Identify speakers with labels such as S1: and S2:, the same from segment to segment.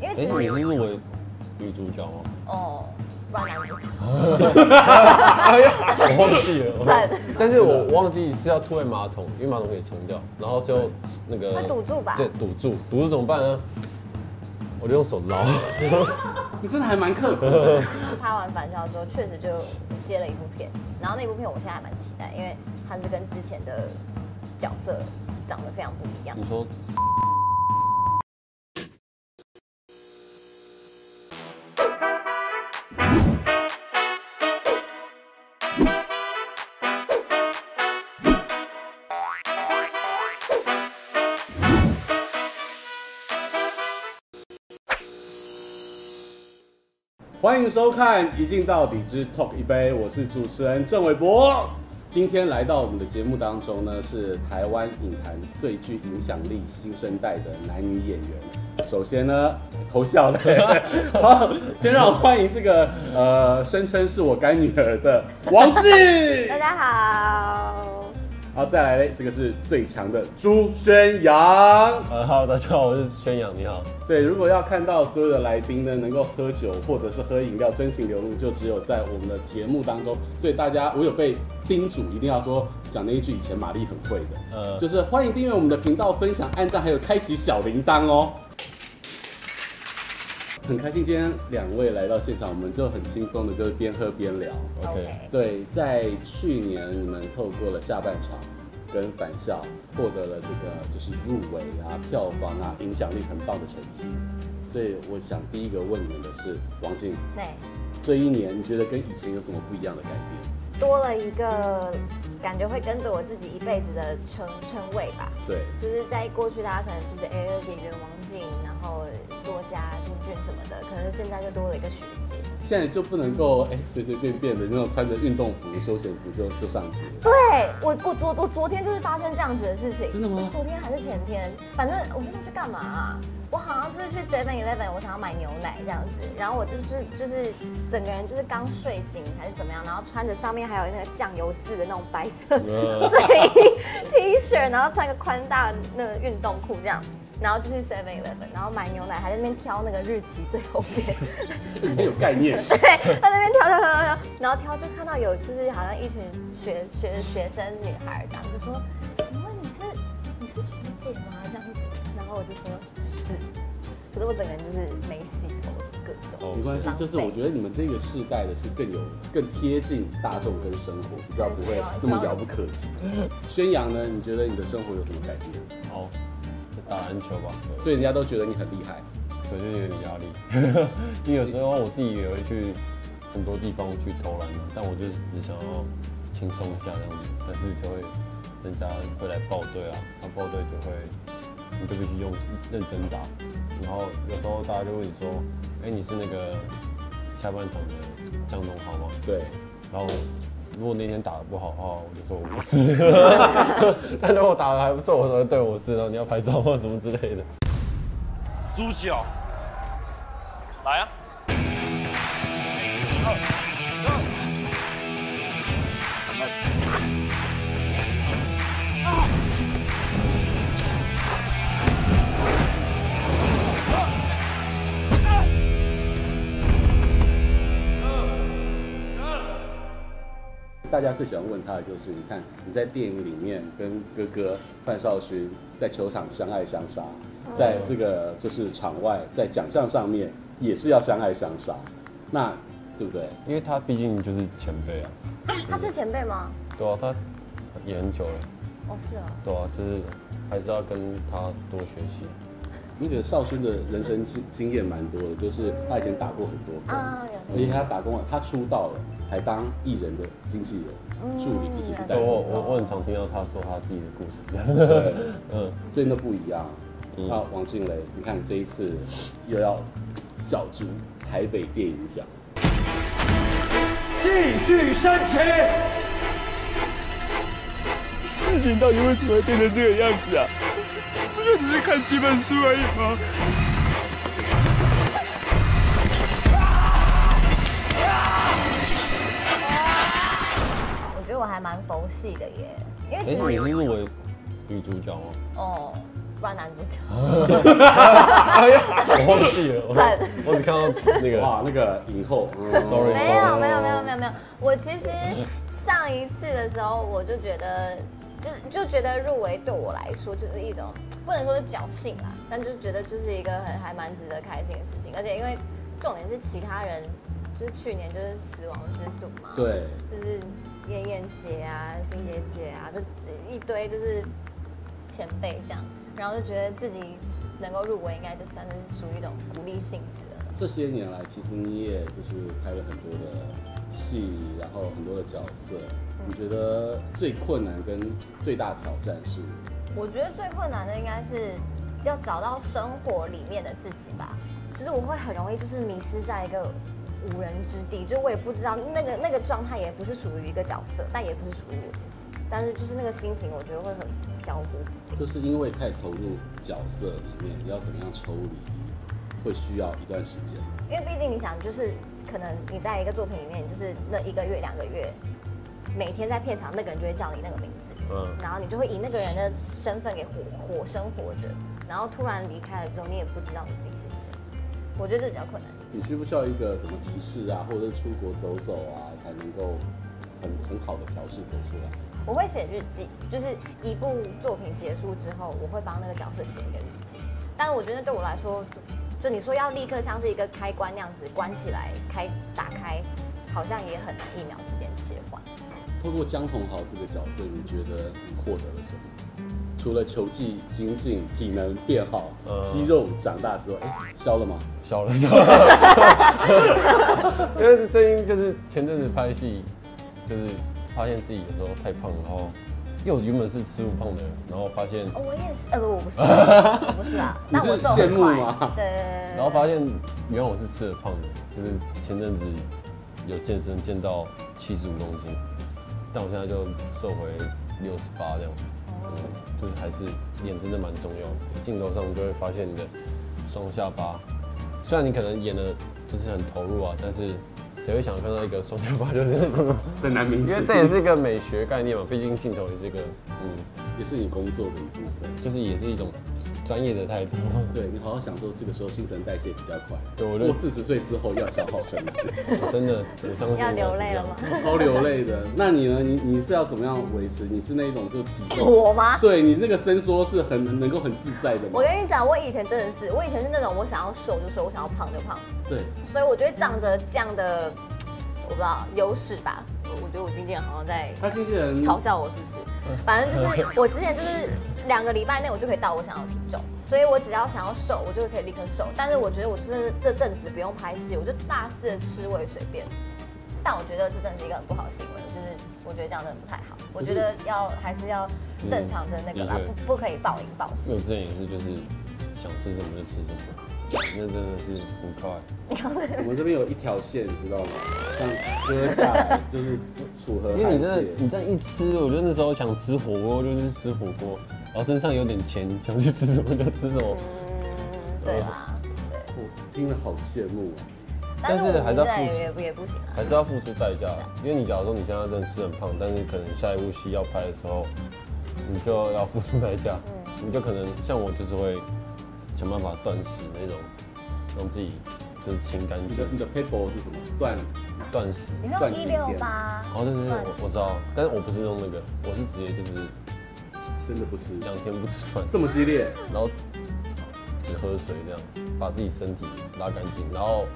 S1: 一
S2: 哎，
S1: 直
S2: 你是入围女主角吗？
S1: 哦，不然男主角
S2: 哎我忘记了我忘
S1: 赞，
S2: 但是我忘记是要突围马桶，因为马桶可以冲掉，然后最后那个
S1: 会堵住吧
S2: 对，堵住，堵住怎么办呢？我就用手捞，
S3: 你真的还蛮刻苦的。
S1: 拍完返校之后，确实就接了一部片，然后那部片我现在还蛮期待，因为它是跟之前的角色长得非常不一样
S2: 你。说
S3: 欢迎收看《一镜到底之 Talk 一杯》，我是主持人郑伟博。今天来到我们的节目当中呢，是台湾影坛最具影响力新生代的男女演员。首先呢，偷笑 了。好，先让我欢迎这个呃，声称是我干女儿的王志
S1: 大。家好，
S3: 好，再来嘞，这个是最强的朱宣阳。
S2: 呃，Hello，大家好，我是宣阳，你好。
S3: 对，如果要看到所有的来宾呢，能够喝酒或者是喝饮料真情流露，就只有在我们的节目当中。所以大家，我有被叮嘱一定要说讲那一句以前玛丽很会的，
S2: 呃
S3: 就是欢迎订阅我们的频道、分享、按赞，还有开启小铃铛哦。很开心今天两位来到现场，我们就很轻松的，就是边喝边聊。哦
S2: ，OK，
S1: OK
S3: 对，在去年你们透过了下半场跟返校，获得了这个就是入围啊、票房啊、影响力很棒的成绩。所以我想第一个问你们的是，王静，
S1: 对，
S3: 这一年你觉得跟以前有什么不一样的改变？
S1: 多了一个感觉会跟着我自己一辈子的称称谓吧。
S3: 对，
S1: 就是在过去，大家可能就是哎演员王静，然后作家朱俊什么的，可能现在就多了一个学姐。
S3: 现在就不能够哎随随便便的那种穿着运动服、休闲服就就上街 了。
S1: 对我，我昨我昨天就是发生这样子的事情。
S3: 真的吗
S1: 昨天还是前天，反正我不知道去干嘛啊、我好像就是去 Seven Eleven，我想要买牛奶这样子，然后我就是就是整个人就是刚睡醒还是怎么样，然后穿着上面还有那个酱油渍的那种白色睡衣 T 恤，然后穿个宽大的那个运动裤这样。然后就去 Seven Eleven，然后买牛奶，还在那边挑那个日期最后面，
S3: 很有概念，
S1: 对，他那边挑挑挑挑挑，然后挑就看到有就是好像一群学学学生女孩这样，就说，请问你是你是学姐吗？这样子，然后我就说是，可是我整个人就是没洗头，各种。
S2: 哦
S3: 没关系。就是我觉得你们这个世代的是更有、更贴近大众跟生活，比较不会那么遥不可及。宣扬呢，你觉得你的生活有什么改变？
S2: 好，就打篮球吧，
S3: 所以人家都觉得你很厉害。
S2: 对，就有点压力。因为有时候我自己也会去很多地方去投篮，但我就只想要轻松一下这样子，但是就会人家会来报队啊，他报队就会你就必须用认真打，然后有时候大家就问你说，哎、你是那个下半场的江东豪吗？
S3: 对，
S2: 然后如果那天打得不好的话，我就说我不是。 但如果打得还不错，我说对我是，然后你要拍照或什么之类的。
S4: 苏乔，来啊！
S3: 大家最喜欢问他的就是，你看你在电影里面跟哥哥范少勋在球场相爱相杀，在这个就是场外在奖项上面也是要相爱相杀，那对不对？
S2: 因为他毕竟就是前辈啊，
S1: 啊他是前辈吗？
S2: 对啊，他也很久了，
S1: 哦，是哦。
S2: 对啊，就是还是要跟他多学习。
S3: 那个少勋的人生经经验蛮多的，就是他以前打过很多工，
S1: 啊，有
S3: 而且他打工啊，他出道了还当艺人的经纪人、助理，一
S1: 嗯
S3: 起去带
S2: 对
S3: 工
S2: 我
S3: 作。
S2: 我我很常听到他说他自己的故事，这样。
S3: 对，
S2: 嗯，
S3: 所以那不一样。
S2: 嗯
S3: 那王静蕾，你看这一次又要角逐台北电影奖，
S4: 继续升旗。事情到底为什么会变成这个样子啊？不就只是看几本书而已吗？
S1: 我觉得我还蛮佛系的耶，因为
S2: 哎、
S1: 其实
S2: 你哎
S3: 哎
S2: 是入围女主角吗？
S1: 哦，不然男主角。
S2: 我忘记了，我
S1: 赞
S2: 我只看到那 个，嗯
S3: 哇，那个影后
S2: Sorry
S1: 没有没有没有没有没有，我其实上一次的时候我就觉得，就就觉得入围对我来说就是一种不能说是侥幸啦，但就是觉得就是一个很还蛮值得开心的事情，而且因为重点是其他人就是去年就是死亡之组嘛，，
S3: 对，
S1: 就是燕燕姐啊、欣姐姐啊，就一堆就是前辈这样，然后就觉得自己能够入围，应该就算是属于一种鼓励性质的了。
S3: 这些年来，其实你也就是拍了很多的戏，然后很多的角色。
S1: 嗯
S3: 你觉得最困难跟最大挑战是？
S1: 我觉得最困难的应该是要找到生活里面的自己吧，就是我会很容易就是迷失在一个无人之地，就是我也不知道那个那个状态也不是属于一个角色，但也不是属于我自己，但是就是那个心情，我觉得会很飘忽不定。
S3: 就是因为太投入角色里面，要怎么样抽离，会需要一段时间。
S1: 因为毕竟你想，就是可能你在一个作品里面，你就是那一个月、两个月，每天在片场，那个人就会叫你那个名字，
S2: 嗯，
S1: 然后你就会以那个人的身份给活活生活着，然后突然离开了之后，你也不知道你自己是谁，我觉得这比较困难。
S3: 你需不需要一个什么仪式啊，或者是出国走走啊，才能够很很好的调试啊走出来？
S1: 我会写日记，就是一部作品结束之后，我会帮那个角色写一个日记。但我觉得对我来说，就你说要立刻像是一个开关那样子关起来、开打开，好像也很难一秒之间切换。
S3: 透过江宏豪这个角色，你觉得你获得了什么？除了球技精进、体能变好、
S2: 呃
S3: 肌肉长大之外，哎，消了吗？
S2: 小了小了， 因为最近就是前阵子拍戏，就是发现自己有时候太胖，然后因为我原本是吃不胖的人，然后发现，
S1: 哦，我也是，呃，不，我 不是，我不是啊，
S3: 你
S1: 但
S3: 是
S1: 我瘦
S3: 羡
S1: 很
S3: 慕
S1: 快
S3: 吗。
S1: 对对对对对
S2: 然后发现原来我是吃的胖的，就是前阵子有健身健到七十五公斤，但我现在就瘦回六十八这样。
S1: 哦
S2: 嗯，就是还是脸真的蛮重要的。镜头上就会发现你的双下巴，虽然你可能演的就是很投入啊，但是谁会想看到一个双下巴？就是
S3: 很难 明
S2: 因为这也是一个美学概念嘛，毕竟镜头也是一个，嗯，
S3: 也是你工作的一部分。
S2: 就是也是一种专业的态度。
S3: 对你好好享受这个时候新陈代谢比较快。
S2: 对我就
S3: 过四十岁之后要消耗生命，
S2: 真的，我相
S1: 要
S2: 信应该是
S1: 流泪了
S2: 这样
S1: 吗？？
S3: 超流泪的。那你呢？你你是要怎么样维持？你是那一种就体重？
S1: 我吗？
S3: 对你那个伸缩是很能够很自在的吗
S1: 我？跟你讲，我以前真的是，我以前是那种我想要瘦就瘦，我想要胖就胖，
S3: 对，
S1: 所以我觉得仗着这样的，我不知道优势吧，我我觉得我经纪人好像在
S3: 他经纪人
S1: 嘲笑我是不是？反正就是我之前就是两个礼拜内我就可以到我想要的体重，所以我只要想要瘦，我就可以立刻瘦。但是我觉得我这这阵子不用拍戏，我就大肆的吃，我也随便。但我觉得这真的是一个很不好的行为，就是我觉得这样真的不太好。我觉得要还是要正常的那个啦
S2: 嗯，
S1: 不不可以暴饮暴食
S2: 因为我。之前也是，就是想吃什么就吃什么，那真的是很快。
S3: 我们这边有一条线，知道吗？这样割下来就是楚河
S2: 因为
S3: 汉
S2: 你真的
S3: 界。
S2: 你这嗯样一吃，我觉得那时候想吃火锅就去吃火锅，然后身上有点钱，想去吃什么就吃什么，
S1: 嗯，对啦，对。
S3: 我听了好羡慕啊！
S1: 但是
S2: 但是
S1: 我
S2: 还
S1: 们现
S2: 是要
S1: 在
S2: 付出
S1: 也也不行啊。
S2: 还是要付出代价。因为你假如说你现在真的吃很胖，但是可能下一部戏要拍的时候，你就要付出代价，你就可能像我就是会想办法断食那种，让自己就是清干
S3: 你
S2: 净
S3: 的，你的 paper 是什么？断
S2: 断食。
S1: 你看
S3: 赚
S1: 一
S3: 几
S1: 六
S3: 天
S1: 八，
S2: 哦，对对对，
S1: 断
S2: 我我知道，但是我不是用那个，我是直接就是
S3: 真的不吃，
S2: 两天不吃饭，
S3: 这么激烈？
S2: 然后只喝水这样，把自己身体拉干净，然后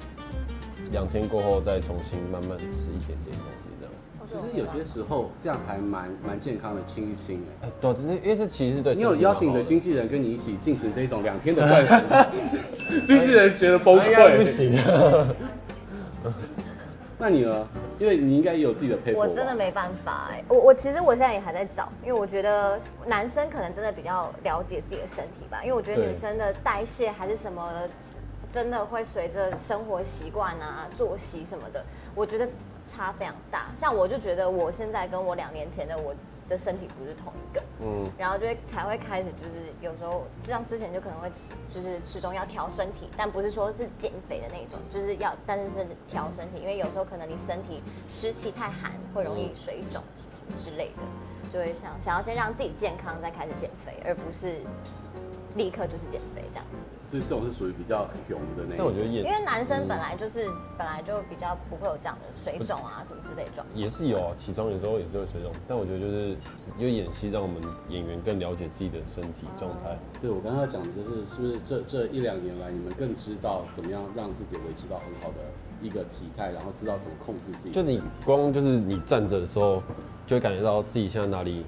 S2: 两天过后再重新慢慢吃一点点东西这样。
S1: 我
S3: 其
S1: 是我
S3: 实有些时候这样还蛮蛮健康的，清一清哎。
S2: 哎，对，这因为这其实是对身
S3: 你
S2: 体蛮好。
S3: 有邀请你的经纪人跟你一起进行这种两天的断 食，经纪人觉得崩
S2: 应哎该不
S3: 溃。
S2: 行，
S3: 那你呢？因为你应该也有自己的 paper。
S1: 我真的。没办法哎、我我其实我现在也还在找，因为我觉得男生可能真的比较了解自己的身体吧，因为我觉得
S2: 对
S1: 女生的代谢还是什么的，真的会随着生活习惯啊、作息什么的，我觉得差非常大。像我就觉得我现在跟我两年前的我的身体不是同一个，
S2: 嗯，
S1: 然后就会才会开始就是有时候像之前就可能会吃就是吃中药调身体，但不是说是减肥的那种，就是要但是是调身体，因为有时候可能你身体湿气太寒会容易水肿什么之类的，就会想想要先让自己健康再开始减肥，而不是立刻就是减肥这样子。
S3: 这这种是属于比较熊的那一种。
S2: 但啊我觉得也
S1: 因为男生本来就是本来就比较不会有这样的水肿啊什么之类的状况。
S2: 也是有啊，起床有时候也是会水肿，但我觉得就是就演戏让我们演员更了解自己的身体状态。
S3: 对我刚刚讲的就是，是不是这这一两年来，你们更知道怎么样让自己维持到很好的一个体态，然后知道怎么控制自己的
S2: 就
S3: 身体。
S2: 你光就是你站着的时候，就会感觉到自己现在哪里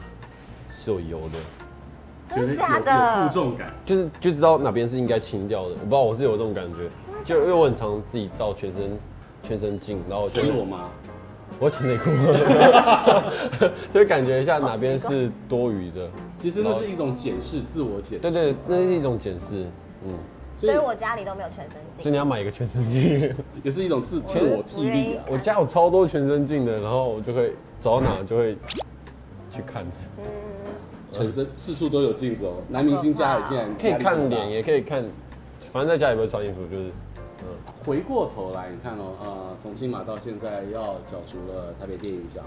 S2: 是有油的，
S1: 真的假
S3: 觉得有有
S1: 的
S3: 负？重感，
S2: 就是就知道哪边是应该清掉的。我不知道我是有这种感觉，就因为我很常自己照全身全身镜，然后我就
S3: 全裸吗？
S2: 我穿内裤， 就会感觉一下哪边是多余的。
S3: 其实那是一种检视，自我检视。
S2: 对对，那是一种检视，嗯，
S1: 所以我家里都没有全身
S2: 就
S1: 镜。
S2: 你要买一个全身镜。
S3: 也是一种自自我
S1: 不
S3: 霹
S1: 愿
S3: 雳
S1: 意
S3: 啊。
S2: 我家有超多全身镜的，然后我就会走到哪就会去看，
S3: 全身呃四处都有镜子哦，男明星家里竟然
S2: 可以
S3: 压力这么
S2: 看
S3: 大
S2: 脸，也可以看，反正在家也不会穿衣服，就是
S3: 回过头来，你看哦，呃，从金马到现在要角逐了台北电影奖，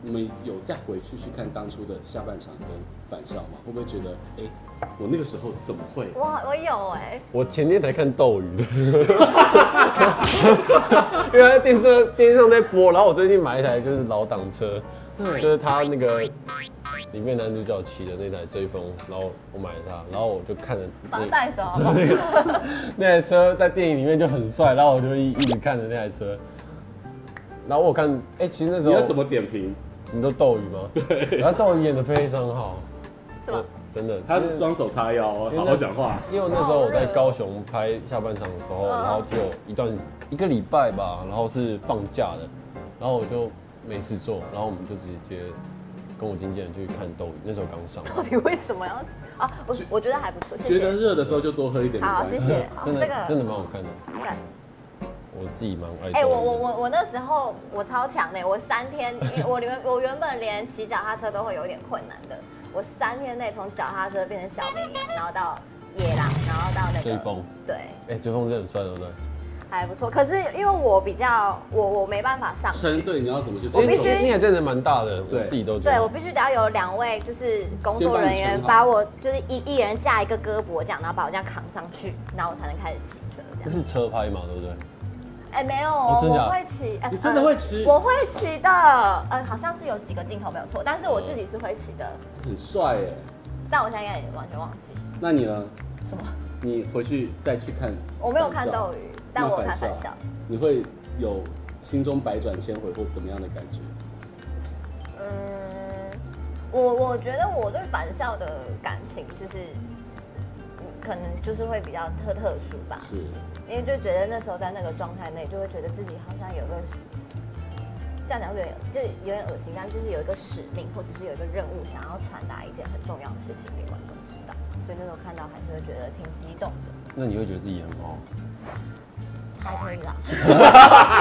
S3: 你们有再回去去看当初的下半场跟返校吗？会不会觉得，哎、我那个时候怎么会？
S1: 我我有哎、
S2: 我前天才看斗鱼的， 因为它电视上电视上在播，然后我最近买一台就是老挡车，就是他那个里面男主角骑的那台追风，然后我买了它，然后我就看了
S1: 把它
S2: 那
S1: 带走好 不好？
S2: 那台车在电影里面就很帅，然后我就一一直看着那台车，然后我看，哎、其实那时
S3: 你
S2: 候
S3: 要怎么点评？
S2: 你都斗鱼吗？对，然后斗鱼演的非常好，
S1: 是吗？
S2: 我真的，
S3: 他
S2: 因为
S3: 是双手叉腰哦，
S2: 因为
S3: 好
S2: 那
S3: 好讲话。
S2: 因为我那时候我在高雄拍下半场的时候，
S1: 嗯
S2: 然后就有一段一个礼拜吧，然后是放假的，然后我就没事做，然后我们就直接跟我经纪人去看斗鱼，那时候刚上，
S1: 到底为什么要？啊，我我觉得还不错，谢
S3: 觉得
S1: 谢。
S3: 热的时候就多喝一点。
S1: 好，谢。谢。哦
S2: 真
S1: 这
S2: 的真
S1: 个
S2: 的蛮好看的，
S1: 赞。
S2: 我自己蛮爱。
S1: 哎、我我我我那时候我超强的、我三天，因 为我原我原本连骑脚踏车都会有点困难的，我三天内从脚踏车变成小绵羊，然后到野狼，然后到那个
S2: 追风，
S1: 对，
S2: 哎、追风真的很帅，对不对？
S1: 还不错。可是因为我比较，我我没办法上
S3: 撑
S1: 去，
S3: 对，你要怎么去？
S1: 我必须
S2: 今天真的蛮大的，我
S3: 对
S2: 自己都觉得。
S1: 对我必须得要有两位就是工作人
S3: 先帮
S1: 员
S3: 你撑好
S1: 把我就是一一人架一个胳膊这样，然后把我这样扛上去，然后我才能开始骑车这
S2: 这
S1: 样。
S2: 是车拍嘛，对不对？
S1: 哎、没有
S2: 哦
S1: 哦，
S2: 真假的
S1: 我会骑，哎
S3: 你真的会骑
S1: 呃我会骑的，呃，好像是有几个镜头没有错，但是我自己是会骑的。
S3: 很帅哎。
S1: 但我现在应该也完全忘记
S3: 那你呢？
S1: 什么。
S3: 你回去再去看。
S1: 我没有看斗鱼，但我有看返校。。
S3: 你会有心中百转千回或怎么样的感觉？
S1: 嗯，我我觉得我对返校的感情就是，嗯可能就是会比较特特殊吧，
S3: 是，
S1: 因为就觉得那时候在那个状态内，就会觉得自己好像有个。这样讲有点就有点恶心，但就是有一个使命，或者是有一个任务，想要传达一件很重要的事情给观众知道，所以那时候看到还是会觉得挺激动的，
S2: 那你会觉得自己很好？
S1: 还可以啦。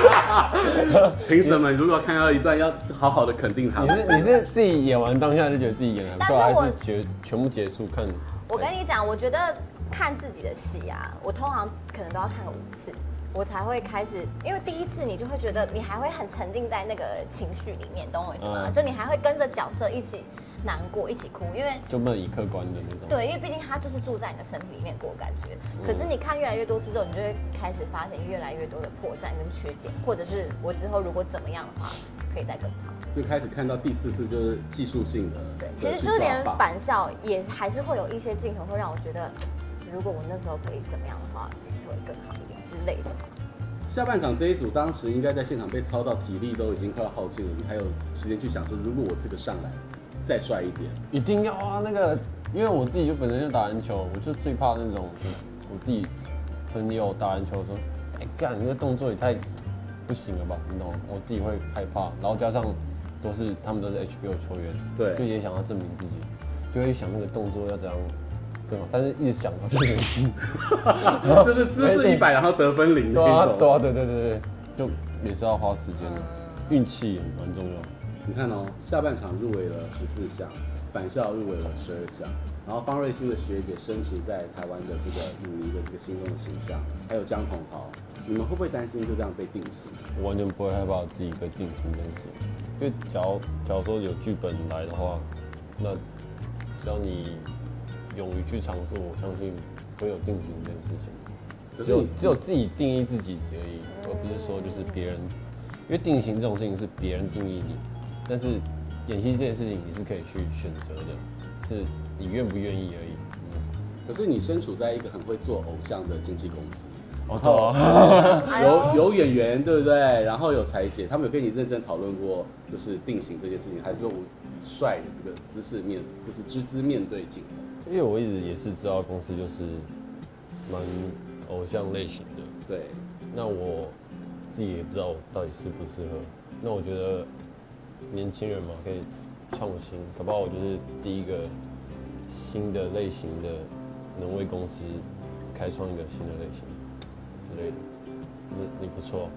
S3: 凭什么？如果看到一段，要好好的肯定他
S2: 你是你是自己演完当下就觉得自己演得还不错，
S1: 但是我
S2: 还是结全部结束看？
S1: 我跟你讲，我觉得看自己的戏啊，我通常可能都要看个五次，我才会开始，因为第一次你就会觉得你还会很沉浸在那个情绪里面，懂我意思吗？
S2: 嗯
S1: 就你还会跟着角色一起难过，一起哭，因为。
S2: 就不能以客观的那种。
S1: 对，因为毕竟他就是住在你的身体里面给我感觉。可
S3: 嗯
S1: 是你看越来越多次之后，你就会开始发现越来越多的破绽跟缺点，或者是我之后如果怎么样的话，可以再更好。
S3: 就开始看到第四次就是技术性的，
S1: 对
S3: 的，
S1: 其实就是
S3: 去抓
S1: 连
S3: 法
S1: 返校也还是会有一些镜头会让我觉得，如果我那时候可以怎么样的话，是不是会更好一点之类的吧。
S3: 下半场这一组，当时应该在现场被操到体力都已经快要耗尽了，你还有时间去想说，如果我这个上来再帅一点，
S2: 一定要啊！那个，因为我自己就本身就打篮球，我就最怕那种我自己朋友打篮球说，哎、干，你这动作也太不行了吧，你懂吗？我自己会害怕，然后加上都是他们都是 HBO 球员，
S3: 对
S2: 就也想要证明自己，就会想那个动作要怎样更好，但是一直想到就没 进，
S3: 这是姿势一百，然后得分零
S2: 对啊哦哎
S3: 那，
S2: 对
S3: 种。
S2: 啊，对对对对，就也是要花时间的，运气也蛮重要。
S3: 你看哦，下半场入围了十四项，返校入围了十二项，然后方瑞欣的学姐升职在台湾的这个影迷的这个心中的形象，还有江宏豪，你们会不会担心就这样被定型？
S2: 我完全不会害怕自己被定型这件事，因为假如假如说有剧本来的话，那只要你勇于去尝试，我相信不会有定型这件事
S3: 可
S2: 情。
S3: 是
S2: 只
S3: 你
S2: 有只有自己定义自己而已，而不是说就是别人，因为定型这种事情是别人定义你，但是演戏这件事情你是可以去选择的，是你愿不愿意而已。嗯
S3: 可是你身处在一个很会做偶像的经纪公司，
S2: 哦，对啊，
S1: 哎呦
S3: 有有演员对不对？然后有裁姐，他们有跟你认真讨论过就是定型这件事情，还是说我以帅的这个姿势面，就是之姿面对镜头？
S2: 因为我一直也是知道公司就是蛮偶像类型的，
S3: 对，
S2: 那我自己也不知道我到底适不适合。那我觉得年轻人嘛，可以创新，搞不好我就是第一个新的类型的，能为公司开创一个新的类型之类的。你你不错，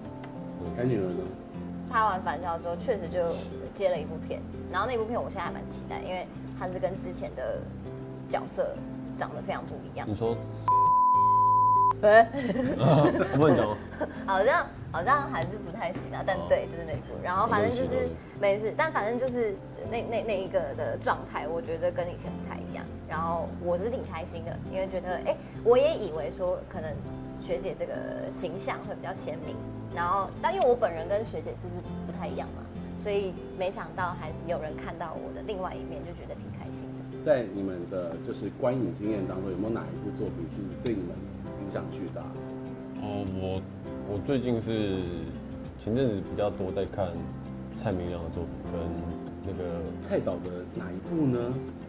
S3: 该女人呢？
S1: 拍完《返校》之后，确实就接了一部片，然后那部片我现在还蛮期待，因为它是跟之前的角色长得非常不一样。
S3: 嗯
S2: 你 说
S1: 哎，
S2: 我不能讲吗，
S1: 好像好像还是不太行啊，但
S2: 哦
S1: 对，就是那一部。然后反正就
S2: 我
S1: 是
S2: 们喜
S1: 没事，但反正就是那那那一个的状态，我觉得跟以前不太一样。然后我是挺开心的，因为觉得哎、我也以为说可能学姐这个形象会比较鲜明，然后但因为我本人跟学姐就是不太一样嘛，所以没想到还有人看到我的另外一面，就觉得挺开心的。
S3: 在你们的就是观影经验当中，有没有哪一部作品是对你们影响巨大？
S2: 哦，我我最近是前阵子比较多在看蔡明亮的作品跟那个
S3: 蔡导的哪一部呢？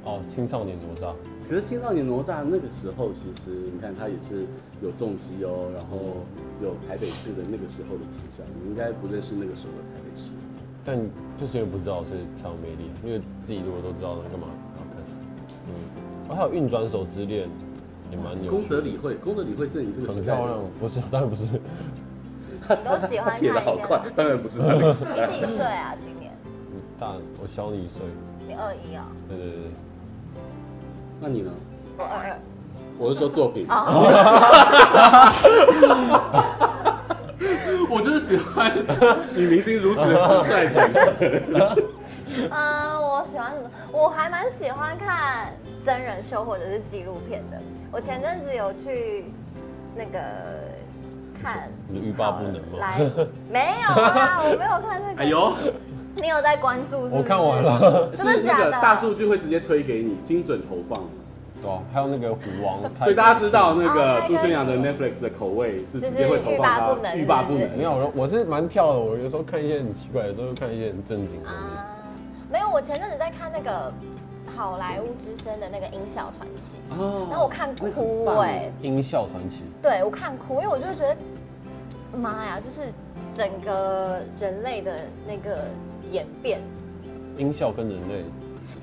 S2: 哦青少年哪吒。
S3: 可是青少年哪吒那个时候，其实你看他也是有重击哦，然后有台北市的那个时候的景象，你应该不认识那个时候的台北市。
S2: 但就是因为不知道，所以才有魅力。啊因为自己如果都知道，那干嘛要看？嗯，哦、还有《运转手之恋》也蛮有趣的
S3: 宫泽理惠，宫泽理惠是你这个时
S2: 很
S3: 代的
S2: 漂亮，
S1: 嗯
S2: 不是，啊当然不是，
S1: 你都喜欢
S3: 撇的
S1: 看
S3: 好
S1: 一
S3: 快
S1: 下，
S3: 当然不是他那个时
S1: 你
S3: 代。
S1: 几岁啊？今年
S2: 大我小你一岁，
S1: 你二一啊？
S2: 对对对。
S3: 那你呢？
S1: 我二二。
S3: 我是说作品，
S1: 哦，
S3: 我就是喜欢女明星如此的直率坦诚。
S1: 嗯，我喜欢什么？我还蛮喜欢看真人秀或者是纪录片的。我前阵子有去那个 看，
S2: 你的欲罢不能吗
S1: 来，没有啊，我没有看那个。
S3: 哎，呦，
S1: 你有在关注是不是？
S2: 我看完了，
S1: 真的
S3: 是那
S1: 假
S3: 个
S1: 的
S3: 大数据会直接推给你，精准投放。
S2: 对啊，还有那个虎王，
S3: 所以大家知道那
S1: 哦
S3: 个
S1: 太
S3: 朱轩阳的
S1: 开心
S3: Netflix 的口味是
S1: 就是
S3: 直接会投
S1: 欲
S3: 放
S1: 罢
S3: 他
S1: 不能
S3: 欲罢不
S1: 是不是
S2: 没
S3: 能。
S2: 有，我我是蛮跳的，我有时候看一些很奇怪，有时候又看一些很正经的东西。
S1: 啊，没有，我前阵子在看那个好莱坞之声的那个《音效传奇》，
S3: 哦
S1: 然后我看哭哎、
S2: 音效传奇，
S1: 对我看哭，因为我就会觉得，妈呀，就是整个人类的那个演变，
S2: 音效跟人类，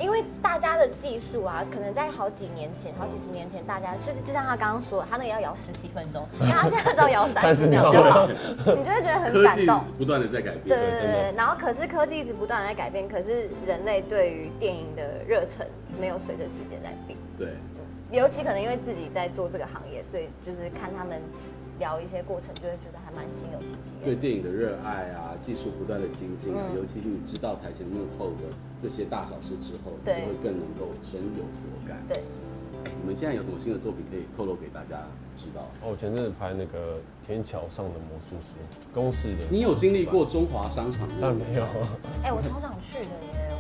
S1: 因为大家的技术啊，可能在好几年前、好几十年前，大家就是就像他刚刚说的，他那个要摇十七分 钟，因为他现在只要摇三十
S2: 30
S1: 秒
S2: 秒哦
S1: 就 好，你就会觉得很
S3: 科
S1: 感
S3: 技
S1: 动。
S3: 不断的在改变。
S1: 对对
S2: 真
S1: 对
S2: 的
S1: 对，然后可是科技一直不断地在改变，可是人类对于电影的热忱没有随着时间在变。
S3: 对，
S1: 尤其可能因为自己在做这个行业，所以就是看他们聊一些过程，就会觉得还蛮心有戚戚
S3: 对
S1: 焉。
S3: 电影的热爱啊，技术不断的精进啊，
S1: 嗯
S3: 尤其是你知道台前幕后的这些大小事之后，你
S1: 对
S3: 就会更能够深有所感。
S1: 对，
S3: 哎你们现在有什么新的作品可以透露给大家知道？
S2: 哦，我前阵子拍那个天桥上的魔术师，公式的，
S3: 你有经历过中华商场
S2: 但
S3: 吗？
S2: 没有，
S1: 哎、我超想去的耶，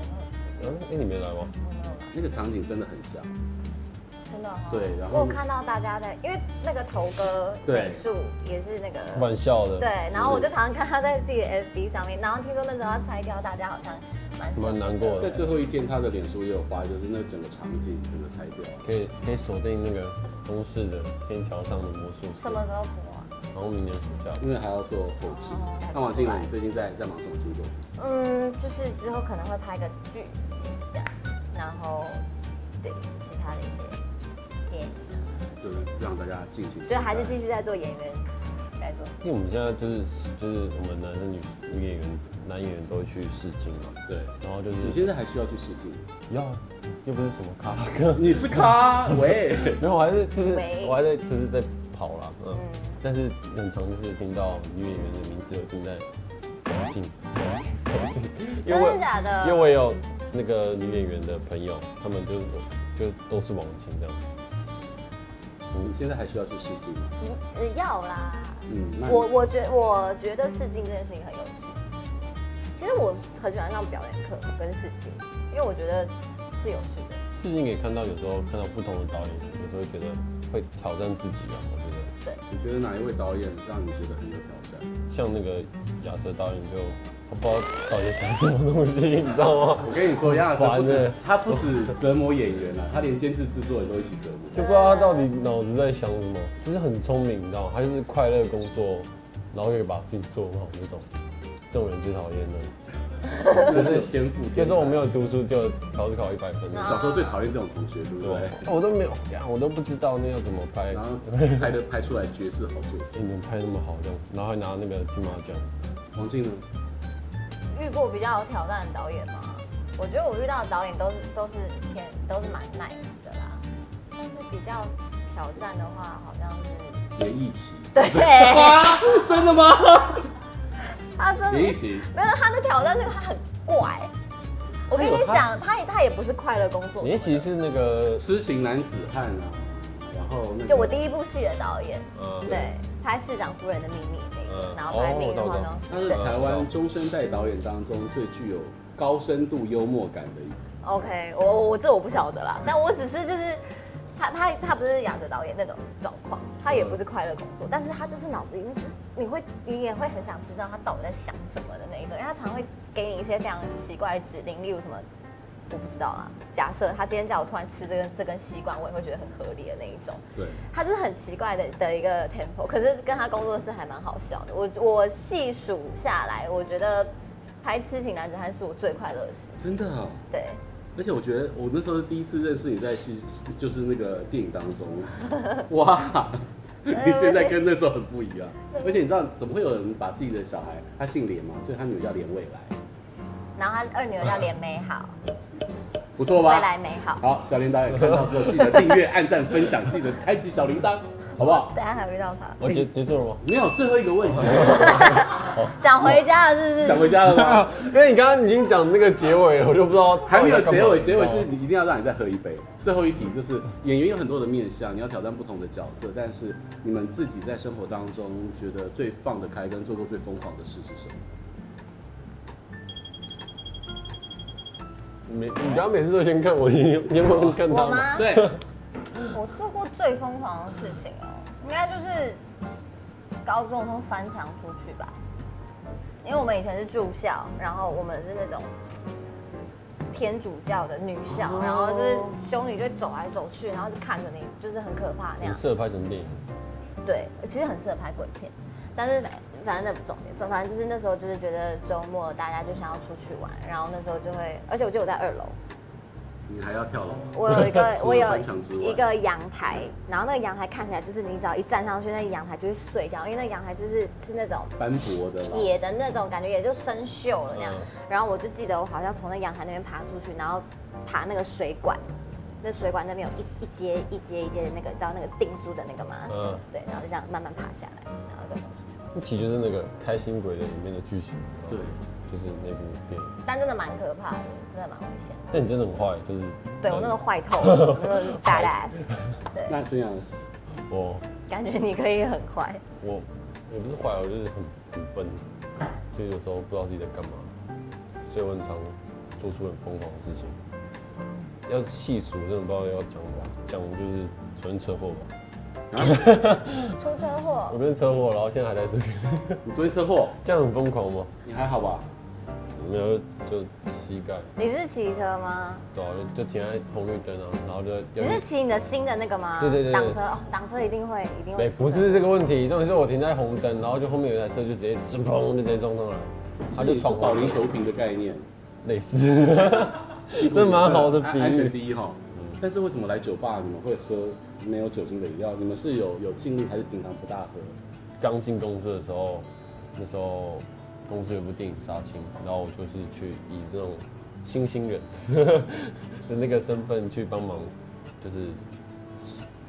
S2: 嗯，哎，你没来吗？
S1: 我没有去，
S3: 那个场景真的很像。
S1: 真的、哦。
S3: 对然后
S1: 我有看到大家在，因为那个头哥
S3: 对
S1: 美术也是那个，
S2: 玩笑的，
S1: 对，然后我就常常看他在自己的 FB 上面，然后听说那时候他拆掉，大家好像蛮
S2: 蛮难
S1: 过。
S2: 过
S3: 在
S2: 的。
S3: 最后一天，他的脸书也有发，就是那整个场景整个拆掉。
S2: 可以可以锁定那个东市的天桥上的魔术师
S1: 什，么时候播啊？
S2: 然后明年暑假
S3: 因为还要做后置
S1: 哦。
S3: 看完进来，你最近在在忙什么星座？
S1: 嗯，就是之后可能会拍个剧集这样，然后对其他的一些电影。
S3: 就是让大家尽情期待。
S1: 就还是继续在做演员，在做
S2: 因为我们现在就是就是我们男生女女演员男演员都会去试镜嘛，
S3: 对。
S2: 然后就
S3: 你
S2: 是
S3: 现在还需要去试镜？
S2: 要又不是什么卡拉歌，
S3: 你是 咖喂，
S2: 然后我还是就是
S1: 喂
S2: 我还在就是在跑啦，嗯，但是很常就是听到女演员的名字有定在 王静，王静，因
S1: 真
S2: 为
S1: 的
S2: 我
S1: 假的？
S2: 因为我有那个女演员的朋友，他们就就都是王静这样，
S3: 你现在还需要去试镜吗？
S1: 你呃要啦。
S3: 嗯，那你
S1: 我我觉我觉得试镜这件事情很有趣。其实我很喜欢上表演课跟试镜，因为我觉得是有趣的。
S2: 事情可以看到，有时候看到不同的导演，有时候会觉得会挑战自己啊。我觉得
S1: 对，
S3: 你觉得哪一位导演让你觉得很有挑战？
S2: 像那个亚瑟导演就，他不知道到底在想什么东西，你知道吗
S3: 我？跟你说，杨雅哲不
S2: 啊完
S3: 止
S2: 了
S3: 他不止折磨演员啊，他连监制制作人都一起折磨。
S2: 就不知道他到底脑子在想什么，就是很聪明，你知道吗？他就是快乐工作，然后又把事情做好那种，这种人最讨厌的。
S3: 就是有天赋，
S2: 就说我没有读书，就考试考一百分那种。
S3: 小时候最讨厌这种同学，对不
S2: 对
S3: 对？，
S2: 哦我都没有，干我都不知道那要怎么拍，
S3: 然后拍的拍出来绝世好作品。
S2: 哎你怎么拍那么好这样？然后还拿那个金马奖，
S3: 王静呢？
S1: 遇过比较有挑战的导演吗？我觉得我遇到的导演都是都是偏都是蛮 nice 的啦，但是比较挑战的话，好像 是
S3: 连奕奇。
S1: 对，
S3: 啊，真的吗？
S1: 他真的
S3: 连奕奇，
S1: 没有他的挑战，是他很怪。我跟你讲，他也他也不是快乐工作，
S2: 哎你其实是那个
S3: 痴情男子汉啊，然后那个
S1: 就我第一部戏的导演，
S2: 呃，
S1: 对，拍《市长夫人的秘密》那个，
S2: 嗯
S1: 然后拍《命运化妆师
S3: 他》是
S1: 对
S3: 台湾中生代导演当中最具有高深度幽默感的一个。
S1: ，OK，我我我这我不晓得啦，但我只是就是他他他不是亚瑟导演那种状况，他也不是快乐工作，但是他就是脑子里面就是你会你也会很想知道他到底在想什么的那一种，因为他常会给你一些非常奇怪的指令，例如什么。我不知道啦，假设他今天叫我突然吃这根这根吸管，我也会觉得很合理的那一种。
S3: 对，
S1: 他就是很奇怪的的一个 tempo，可是跟他工作室还蛮好笑的。我我细数下来，我觉得拍《痴情男子汉》是我最快乐的事。
S3: 真的啊、
S1: 对，
S3: 而且我觉得我那时候第一次认识你在戏，就是那个电影当 中，哇，你
S1: 哎
S3: 现在跟那时候很不一样。而且你知道怎么会有人把自己的小孩，他姓连嘛，所以他女儿叫连未来，
S1: 然后他二女儿叫连美 好，
S3: 不错
S1: 未
S3: 吧？
S1: 来美好。
S3: 好，小林导演看到之后记得订阅、按赞、分享，记得开启小铃铛，好不 好？
S1: 等下还遇到他，
S2: 我哦
S3: 哎
S2: 结结束了吗？
S3: 没有最后一个问题，
S1: 想回家了是不
S3: 想
S1: 是？
S3: 回家了吗？
S2: 因为你刚刚已经讲那个结尾了，我就不知道
S3: 还没哦有结
S2: 到
S3: 尾，
S2: 底要干嘛
S3: 结尾是你一定要让你再喝一杯。最后一题就是演员有很多的面相，你要挑战不同的角色，但是你们自己在生活当中觉得最放得开跟做过最疯狂的事是什么？
S2: 每你不要每次都先看我，你你有没有看
S1: 我
S2: 他？
S1: 吗？
S3: 对，
S1: 我做过最疯狂的事情哦，应该就是高中的时候翻墙出去吧，因为我们以前是住校，然后我们是那种天主教的女校，然后就是
S3: 哦
S1: 修女就会走来走去，然后就看着你，就是很可怕那
S2: 你
S1: 样。
S2: 适合拍什么电影？
S1: 对，其实很适合拍鬼片，但是反正那不重点，总反正就是那时候就是觉得周末大家就想要出去玩，然后那时候就会，而且我记得我在二楼，
S3: 你还要跳楼？
S1: 我有一个
S3: 除了
S1: 我有
S3: 翻墙之外
S1: 一个阳台，然后那个阳台看起来就是你只要一站上去，那个阳台就会碎掉，因为那个阳台就是是那种
S3: 斑驳的啦，
S1: 铁的那种感觉，也就生锈了那样
S2: 嗯。
S1: 然后我就记得我好像从那阳台那边爬出去，然后爬那个水管，那水管那边有一一阶一阶一阶的那个，你知道那个钉珠的那个吗？
S2: 嗯
S1: 对，然后就这样慢慢爬下来，然后再走出去。
S2: 一起就是那个《开心鬼》的里面的剧情，
S3: 对，
S2: 就是那部电影。
S1: 但真的蛮可怕的，真的蛮危险的。
S2: 但你真的很坏，就是
S1: 对我
S2: 嗯
S1: 那个坏透 了，我那个 badass，对，
S3: 那孙杨，
S2: 我
S1: 感觉你可以很快。
S2: 我也不是坏，我就是很很笨，就有时候不知道自己在干嘛，所以我很常做出很疯狂的事情。要细数，真的不知道要讲什么，讲就是昨天车祸吧，
S1: 出车祸
S2: 我，昨天车祸，然后现在还在这边，
S3: 你昨天车祸，
S2: 这样很疯狂吗？
S3: 你还好吧？
S2: 没有，就膝盖，
S1: 你是骑车吗？
S2: 对啊，就就停在红绿灯啊，然后就
S1: 你
S2: 要
S1: 是骑你的新的那个吗？
S2: 对对对对
S1: 挡车哦，挡车一定会一定会
S2: 没
S1: 出
S2: 不
S1: 车
S2: 是这个问题，重点是我停在红灯，然后就后面有一台车就直接直砰就直接撞上来，他就
S3: 闯
S2: 闯
S3: 保
S2: 红
S3: 龄
S2: 灯
S3: 球瓶的概念，
S2: 类似， 这蛮好的比
S3: 安安全
S2: 喻。
S3: 第一哈。但是为什么来酒吧你们会喝没有酒精的饮料？你们是有有禁令还是平常不大喝？
S2: 刚进公司的时候，那时候公司有部电影杀青，然后我就是去以那种新兴人 的那个身份去帮忙，就是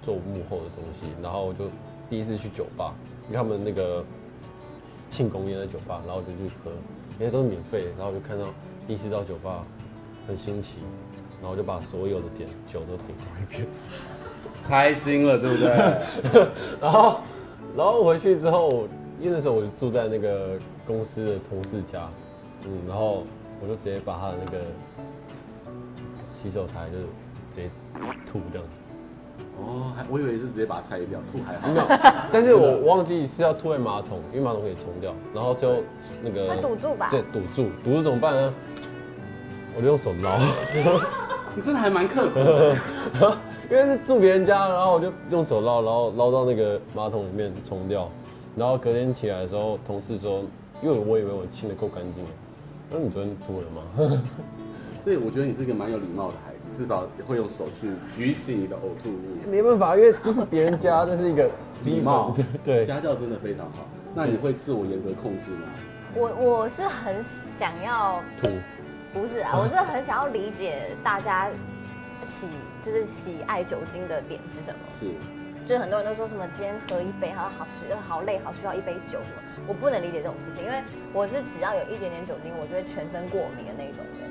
S2: 做幕后的东西。然后我就第一次去酒吧，因为他们那个庆功宴在酒吧，然后我就去喝，因为都是免费的，然后我就看到第一次到酒吧很新奇，然后我就把所有的点酒都点过一遍。
S3: 开心了，对不对？
S2: 然后，然后回去之后，因为那时候我就住在那个公司的同事家，嗯，然后我就直接把他的那个洗手台就是直接吐掉，
S3: 哦，还我以为是直接把它拆掉，吐还
S2: 没
S3: 好。
S2: 有，但是我忘记是要吐在马桶，因为马桶可以冲掉，然后就那个
S1: 会堵住吧
S2: 对，堵住，堵住怎么办呢？我就用手捞，
S3: 你 真的还蛮刻苦的，
S2: 因为是住别人家，然后我就用手捞，然后捞到那个马桶里面冲掉，然后隔天起来的时候，同事说，因为我以为我清的够干净了，那你昨天吐了吗？
S3: 所以我觉得你是一个蛮有礼貌的孩子，至少会用手去举起你的呕吐物。
S2: 没办法，因为这是别人家，这是 一个
S3: 礼貌
S2: 对，
S3: 家教真的非常好。那你会自我严格控制吗？
S1: 我我是很想要，
S2: 吐，
S1: 不是啊，我是很想要理解大家喜就是喜爱酒精的点是什么。
S3: 是，
S1: 就是很多人都说什么今天喝一杯，好好需好累，好需要一杯酒什么，我不能理解这种事情，因为我是只要有一点点酒精，我就会全身过敏的那一种人，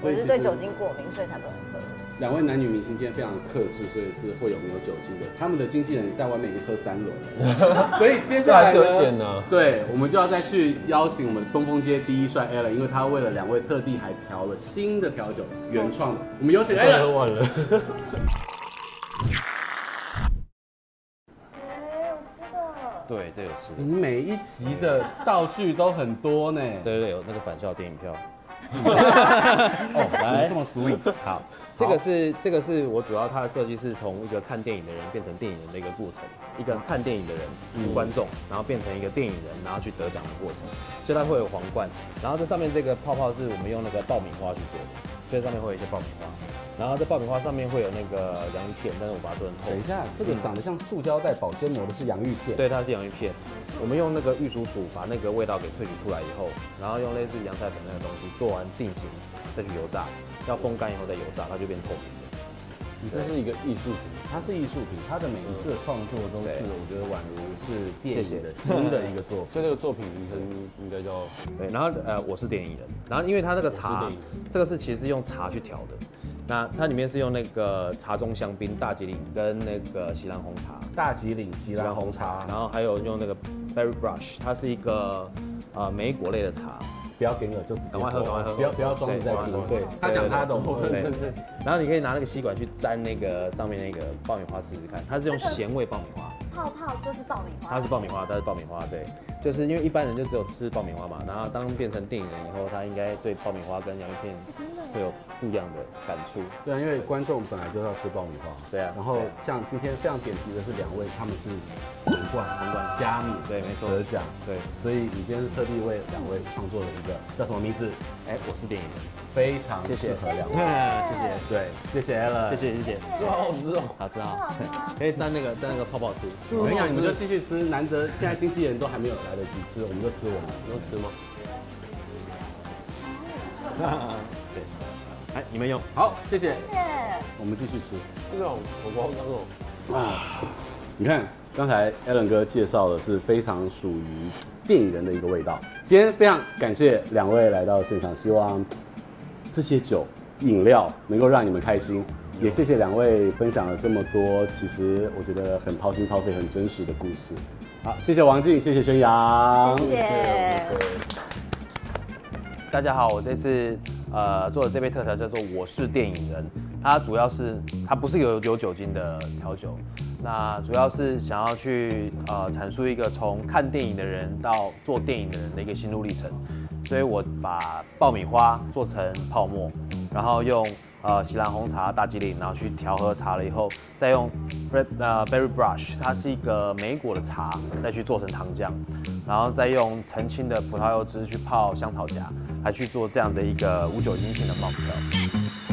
S3: 所
S1: 我
S3: 以
S1: 是
S3: 其
S1: 对
S3: 实
S1: 酒精过敏，所以才不能喝。
S3: 两位男女明星今天非常克制，所以是会有没有酒精的。他们的经纪人在外面已经喝三轮 了，所以接下来
S2: 这还是有一啊点
S3: 呢，
S2: 呢
S3: 对，我们就要再去邀请我们东风街第一帅 a l n 因为他为了两位特地还调了新的调酒，原创的。我们有请 a
S2: 太
S3: l n
S2: 晚了。
S1: 哎，我吃的，
S5: 对，这有吃的
S3: 你。每一集的道具都很多呢，
S5: 对对对，有那个返校电影票。来
S3: 这么 sweet。
S5: 好，这个是这个是我主要它的设计是从一个看电影的人变成电影人的一个过程，一个看电影的人、观众，然后变成一个电影人，然后去得奖的过程，所以它会有皇冠，然后这上面这个泡泡是我们用那个爆米花去做的，所以上面会有一些爆米花，然后这爆米花上面会有那个洋芋片，但是我把它做成透
S3: 等一
S5: 明。嗯
S3: 下，这个长得像塑胶袋保鲜膜的是洋芋片，，
S5: 对，它是洋芋片。我们用那个玉蜀黍把那个味道给萃取出来以后，然后用类似洋菜粉那个东西做完定型，再去油炸，要风干以后再油炸，它就变透明的。
S2: 你这是一个艺术品。
S3: 它是艺术品，它的每一次的创作都是
S5: 对
S3: 我觉得宛如是电
S5: 谢
S3: 影
S5: 谢
S3: 的新的一个作品。
S2: 所以这个作品名称应该 叫
S5: 对，然后呃，我是电影人，然后因为它这个
S2: 我是
S5: 茶
S2: 电影，
S5: 这个是其实是用茶去调的，那它里面是用那个茶中香槟、大吉岭跟那个西兰红茶，
S3: 大吉岭西兰红茶，
S5: 然后还有用那个 berry brush，它是一个呃莓果类的茶，
S3: 不要给我，就直接
S5: 赶快喝赶快喝
S3: 不要不要装着在听。
S5: 对
S3: 对，他讲他的，
S2: 哦
S3: 我
S5: 对
S3: 真的。
S5: 然后你可以拿那个吸管去沾那个上面那个爆米花试试看，它是用
S1: 这个
S5: 咸味爆米花。
S1: 泡泡就是爆米花，
S5: 它是爆米花，它是爆米花，对，就是因为一般人就只有吃爆米花嘛，然后当变成电影人以后，他应该对爆米花跟洋芋片会有不一样的感触。
S3: 对啊，因为观众本来就要吃爆米花。
S5: 对啊
S3: 然后
S5: 对啊
S3: 像今天非常点题的是两位，他们是皇冠皇冠加冕，
S5: 对没错
S3: 得奖。
S5: 对，
S3: 所以你今天是特地为两位创作了一个叫什么名字？
S5: 哎，我是电影人，
S3: 非常
S5: 谢谢
S3: 适合两位。
S5: 谢
S3: 对，谢谢 a l a
S5: 嗯谢，呃谢谢谢谢，
S2: 好好吃哦。
S5: 好吃啊，可以沾那个沾那个泡泡吃，
S2: 嗯
S3: 我跟你讲，你们就继续吃，难得现在经纪人都还没有来得及吃，我们就吃我们的。
S2: 能吃吗？
S5: 对，哎，你们用，
S3: 好，谢谢，
S1: 谢谢。
S3: 我们继续吃。
S2: 这个好好夸张哦。
S3: 你看，刚才 Alan 哥介绍的是非常属于电影人的一个味道。今天非常感谢两位来到现场，希望这些酒、饮料能够让你们开心。也谢谢两位分享了这么多，其实我觉得很掏心掏肺、很真实的故事。好，谢谢王静，谢谢宣阳，
S1: 谢谢
S5: 大家好，我这次呃做的这杯特调叫做我是电影人，它主要是它不是有有酒精的调酒，那主要是想要去呃阐述一个从看电影的人到做电影的人的一个心路历程，所以我把爆米花做成泡沫，然后用。呃，西兰红茶、大吉岭，然后去调和茶了以后，再用 red 呃 berry brush，它是一个莓果的茶，再去做成糖浆，然后再用澄清的葡萄柚汁去泡香草荚，来去做这样的一个无酒精型的 mocktail。